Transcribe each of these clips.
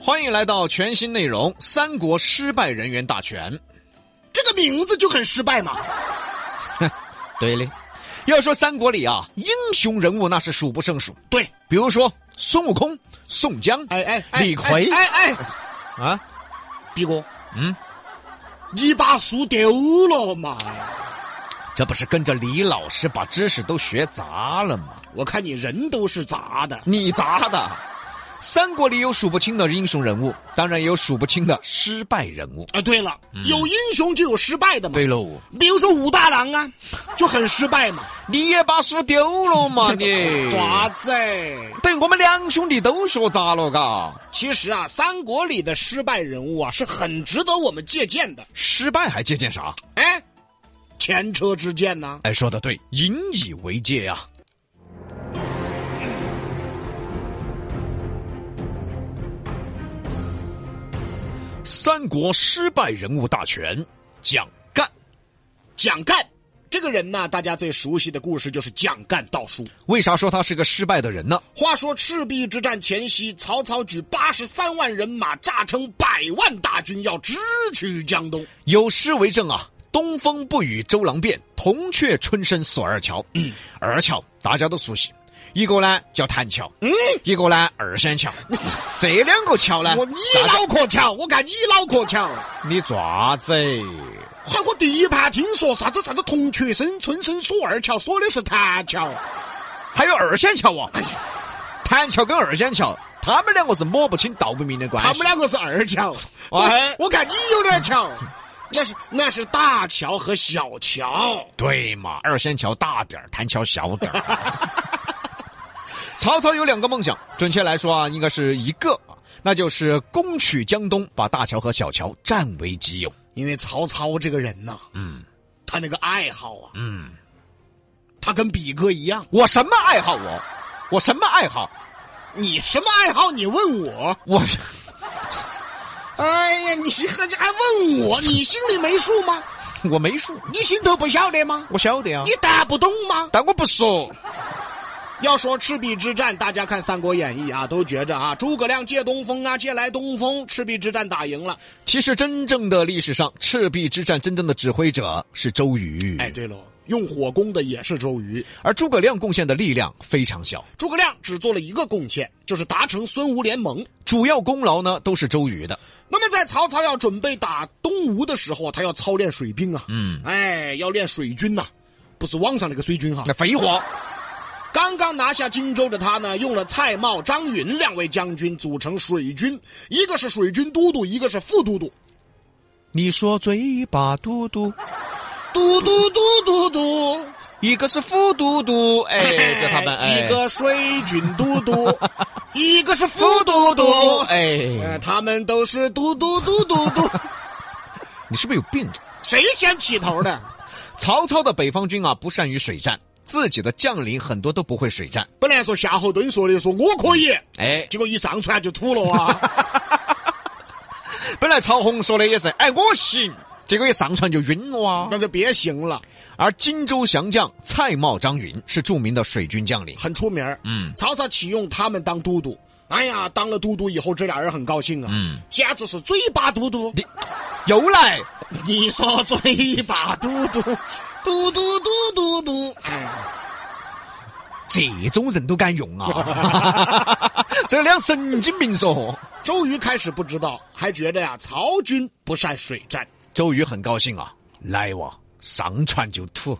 欢迎来到全新内容《三国失败人员大全》。这个名字就很失败嘛。对嘞，要说三国里啊，英雄人物那是数不胜数。对，比如说孙悟空、宋江、哎哎，哎李逵哎哎，哎啊，毕哥，嗯，你把书丢了嘛？这不是跟着李老师把知识都学砸了吗？我看你人都是杂的。你砸的。三国里有数不清的英雄人物，当然也有数不清的失败人物。啊，对了，有英雄就有失败的嘛。对喽，比如说武大郎啊，就很失败嘛。你也把书丢了 嘛你？爪子哎。等于我们两兄弟都学砸了，嘎。其实啊，三国里的失败人物啊，是很值得我们借鉴的。失败还借鉴啥？哎，前车之鉴呐、哎，说的对，引以为戒啊呀、三国失败人物大全，蒋干。蒋干这个人呢，大家最熟悉的故事就是蒋干盗书。为啥说他是个失败的人呢？话说赤壁之战前夕，曹操举八十三万人马，诈称百万大军要直取江东。有诗为证啊：“东风不与周郎便，铜雀春深锁二乔。”嗯，二乔大家都熟悉，一个呢叫谭桥，嗯，一个呢二三 桥。这两个桥呢，我你大家脑壳巧，我看你脑壳巧。你爪子？嗨，我第一盘听说啥子啥子铜雀生春生锁二乔，说的是谭桥。还有二仙桥啊！谭桥跟二仙桥，他们两个是抹不清道不明的关系。他们两个是二乔，我哎我看你有点 巧，那是那是大乔和小乔。对嘛？二仙桥大点儿，谭桥小点儿。 曹操有两个梦想，准确来说啊，应该是一个啊，那就是攻取江东，把大乔和小乔占为己有。因为曹操这个人呐、嗯他那个爱好啊，嗯，他跟比哥一样。我什么爱好我？我什么爱好？你什么爱好？你问我？我 哎呀，你还还问我？你心里没数吗？我没数，你心头不晓得吗？我晓得啊你，打不懂吗？但我不说。要说赤壁之战，大家看《三国演义》啊，都觉着啊，诸葛亮借东风啊，借来东风，赤壁之战打赢了。其实真正的历史上，赤壁之战真正的指挥者是周瑜。哎，对喽，用火攻的也是周瑜，而诸葛亮贡献的力量非常小，诸葛亮只做了一个贡献，就是达成孙吴联盟。主要功劳呢都是周瑜的。那么在曹操要准备打东吴的时候，他要操练水兵啊，嗯，哎，要练水军呐、不是网上那个水军哈、那废话，刚刚拿下荆州的他呢，用了蔡瑁、张允两位将军组成水军，一个是水军都督，一个是副都督。你说嘴巴嘟嘟，嘟嘟嘟嘟嘟，一个是副嘟嘟，哎，这 他们哎，一个水军都 督，一个是副副都嘟督。嘟，哎，哎，他们都是嘟嘟嘟嘟嘟，你是不是有病？谁先起头的？曹操的北方军啊，不善于水战，自己的将领很多都不会水战，本来说夏侯惇说的，说我可以，哎，结果一上船就吐了 啊！本来曹洪说的也是，哎，我行，结果一上船就晕了啊。那就别行了，而荆州降将蔡瑁、张允是著名的水军将领，很出名儿。嗯曹操启用他们当都督，哎呀，当了都督以后，这俩人很高兴啊，嗯，简直是嘴巴嘟嘟。你又来。你说嘴巴嘟嘟，嘟嘟嘟嘟嘟，哎，这种人都敢用啊！这两神经病说。周瑜开始不知道，还觉得呀、曹军不善水战。周瑜很高兴啊，来哇，上船就吐。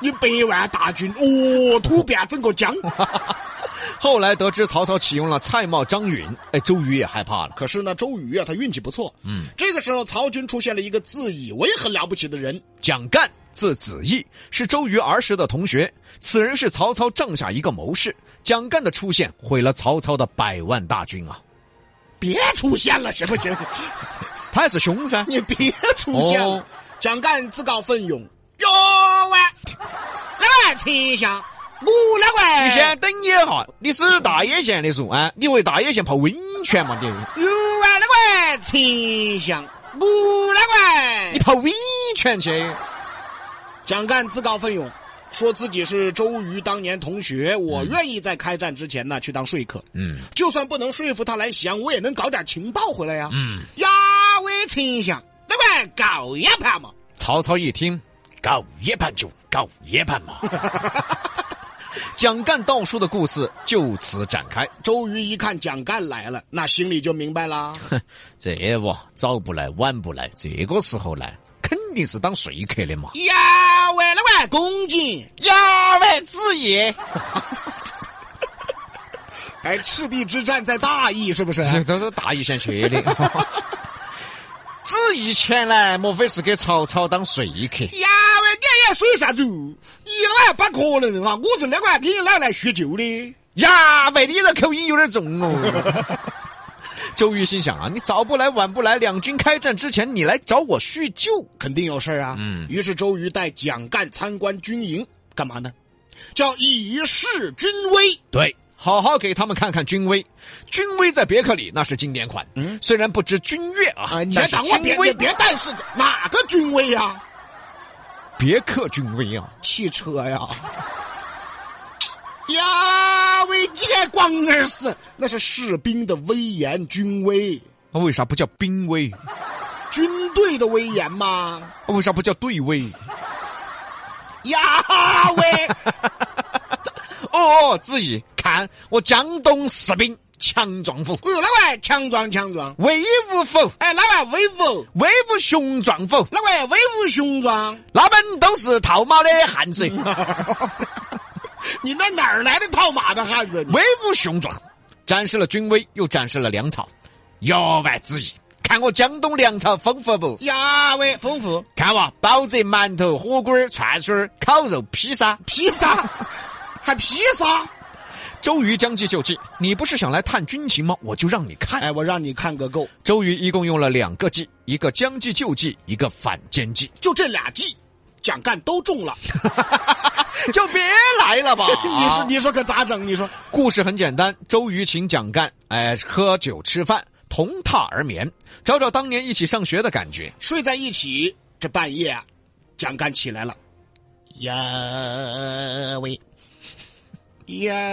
你百万大军，哦，突遍整个江。后来得知曹操启用了蔡瑁、张允，哎，周瑜也害怕了。可是呢，周瑜啊，他运气不错。嗯，这个时候，曹军出现了一个自以为很了不起的人，蒋干，字子义，是周瑜儿时的同学，此人是曹操帐下一个谋士。蒋干的出现毁了曹操的百万大军啊！别出现了，行不行？他还是凶噻，你别出现了。哦蒋干自告奋勇，哟喂，来来，请一下，我来喂。你先等一下，你是大野县的说啊，你为大野县泡温泉嘛？你六万那块丞相，五万那你块。泡温泉去。蒋干自告奋勇，说自己是周瑜当年同学，我愿意在开战之前呢去当说客，嗯就算不能说服他来西安，我也能搞点情报回来呀、嗯，压位丞相，那么搞一盘嘛。曹操一听，搞一盘就搞一盘 嘛。蒋干盗书的故事就此展开。周瑜一看蒋干来了，那心里就明白啦。这娃早不来晚不来，这个时候来肯定是当说客的嘛。呀喂，那位公瑾，衙门子爷，哎，赤壁之战在大邑是不 是？这都是大义县去 的。子以前来，莫非是给曹操当说客？呀喂，你也水啥子？你那不可能啊！我是那个给你奶奶叙旧的。呀，喂，你这口音有点重哦。 周瑜心想啊，你早不来晚不来，两军开战之前你来找我叙旧，肯定有事儿啊。嗯于是周瑜带蒋干参观军营，干嘛呢？叫以示军威。对，好好给他们看看军威。军威在别克里那是经典款，嗯，虽然不知军乐啊，啊！你但还是挡我别军威别别但是哪个军威呀、别克军威啊，汽车 呀！呀喂，你个光儿死！那是士兵的威严、军威、那为啥不叫兵威？军队的威严嘛！为啥不叫队威？呀 喂，哦，子义，看我江东士兵强壮否？哎呦，那位强壮强壮！威武否？哎，那位威武，威武雄壮否？那位威武雄壮！那们都是套马的汉子，你那哪儿来的套马的汉子？你威武雄壮，展示了军威，又展示了粮草。哟万子义，看我江东粮草丰富不？呀喂，丰富看哇，包子、馒头、火锅儿、串串儿、烤肉、披萨。披萨，还披萨？周瑜将计就计，你不是想来探军情吗？我就让你看。哎，我让你看个够，周瑜一共用了两个计，一个将计就计，一个反间 计。就这俩计，蒋干都中了。就别来了 吧 你说，你说可咋整？你说，故事很简单，周瑜请蒋干，哎，喝酒吃饭，同榻而眠，找找当年一起上学的感觉。睡在一起，这半夜啊，蒋干起来了，呀喂，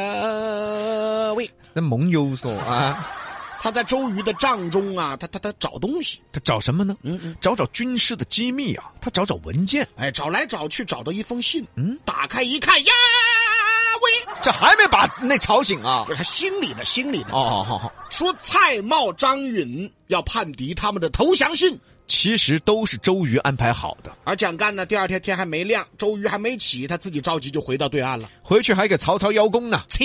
呀喂，那盟友说 啊，他在周瑜的帐中啊，他他他找东西，他找什么呢？嗯嗯，找找军师的机密啊，他找找文件，哎，找来找去找到一封信，嗯，打开一看，呀喂，这还没把那吵醒啊不。是他心里的心里的，哦，好好，说蔡瑁、张允要叛敌他们的投降信。其实都是周瑜安排好的。而蒋干呢，第二天天还没亮，周瑜还没起，他自己着急就回到对岸了。回去还给曹操邀功呢。丞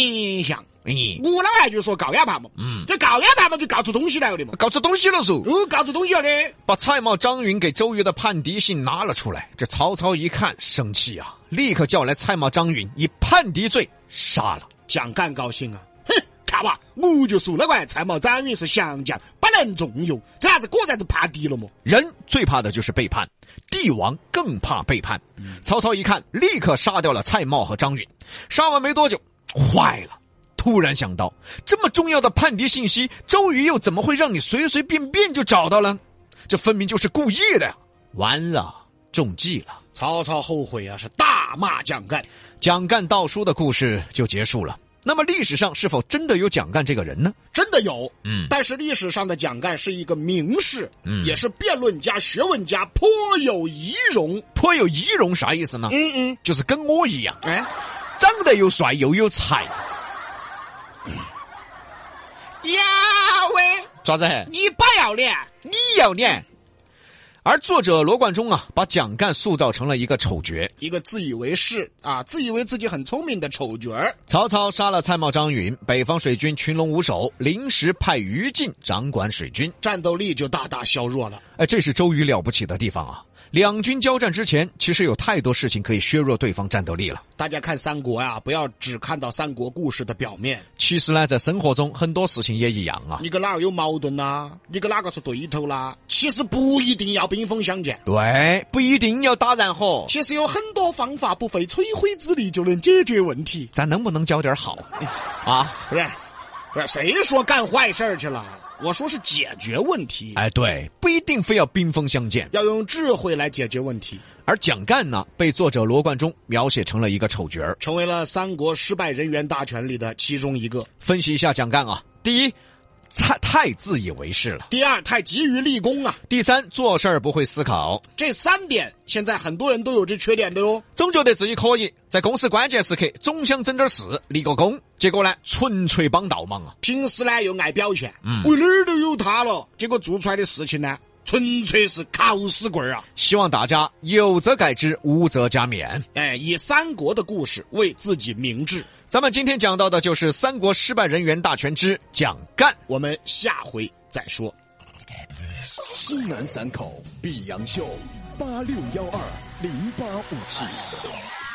相，咦、我老汉就说搞一盘嘛，嗯，这搞一盘嘛就搞出东西来了的嘛，搞出东西了嗦！哦，搞出东西了的，把蔡瑁、张允给周瑜的叛敌信拿了出来。这曹操一看生气啊，立刻叫来蔡瑁、张允以叛敌罪杀了。蒋干高兴啊，哼，看吧，我就说那个蔡瑁、张允是降将，不能重用，这下子果然是叛敌了嘛。人最怕的就是背叛，帝王更怕背叛。曹操一看，立刻杀掉了蔡瑁和张允。杀完没多久，坏了，突然想到这么重要的叛敌信息，周瑜又怎么会让你随随便便就找到了？这分明就是故意的呀！完了，中计了。曹操后悔啊，是大骂蒋干。蒋干盗书的故事就结束了。那么历史上是否真的有蒋干这个人呢？真的有，嗯但是历史上的蒋干是一个名士，嗯也是辩论家、学问家，颇有仪容。颇有仪容，啥意思呢？嗯嗯，就是跟我一样，哎，长得又帅又有才。呀喂，啥子？你不要脸！你要脸。而作者罗贯中啊，把蒋干塑造成了一个丑角。一个自以为是啊，自以为自己很聪明的丑角儿。曹操杀了蔡瑁、张允，北方水军群龙无首，临时派于禁掌管水军。战斗力就大大削弱了。哎，这是周瑜了不起的地方啊！两军交战之前，其实有太多事情可以削弱对方战斗力了。大家看三国啊，不要只看到三国故事的表面，其实呢，在生活中很多事情也一样啊。你跟哪儿有矛盾啦、你跟哪个是对头啦、其实不一定要兵锋相见，对，不一定要打然火，其实有很多方法不费吹灰之力就能解决问题。咱能不能教点好啊？不是，不是，谁说干坏事儿去了？我说是解决问题，哎哎，对，不一定非要兵锋相见。要用智慧来解决问题。而蒋干呢，被作者罗贯中描写成了一个丑角儿。成为了三国失败人员大全里的其中一个。分析一下蒋干啊，第一，太太自以为是了；第二，太急于立功啊！第三，做事儿不会思考，这三点现在很多人都有这缺点的哟。总觉得自己可以在公司关键时刻总想整点事立个功，结果呢，纯粹帮倒忙啊！平时呢又爱表现，我哪儿都有他了，结果做出来的事情呢，纯粹是烤死棍儿啊！希望大家有则改之，无则加勉。哎，以三国的故事为自己明志。咱们今天讲到的就是三国失败人员大全之蒋干。我们下回再说。西南散口碧阳秀，八六幺二零八五七。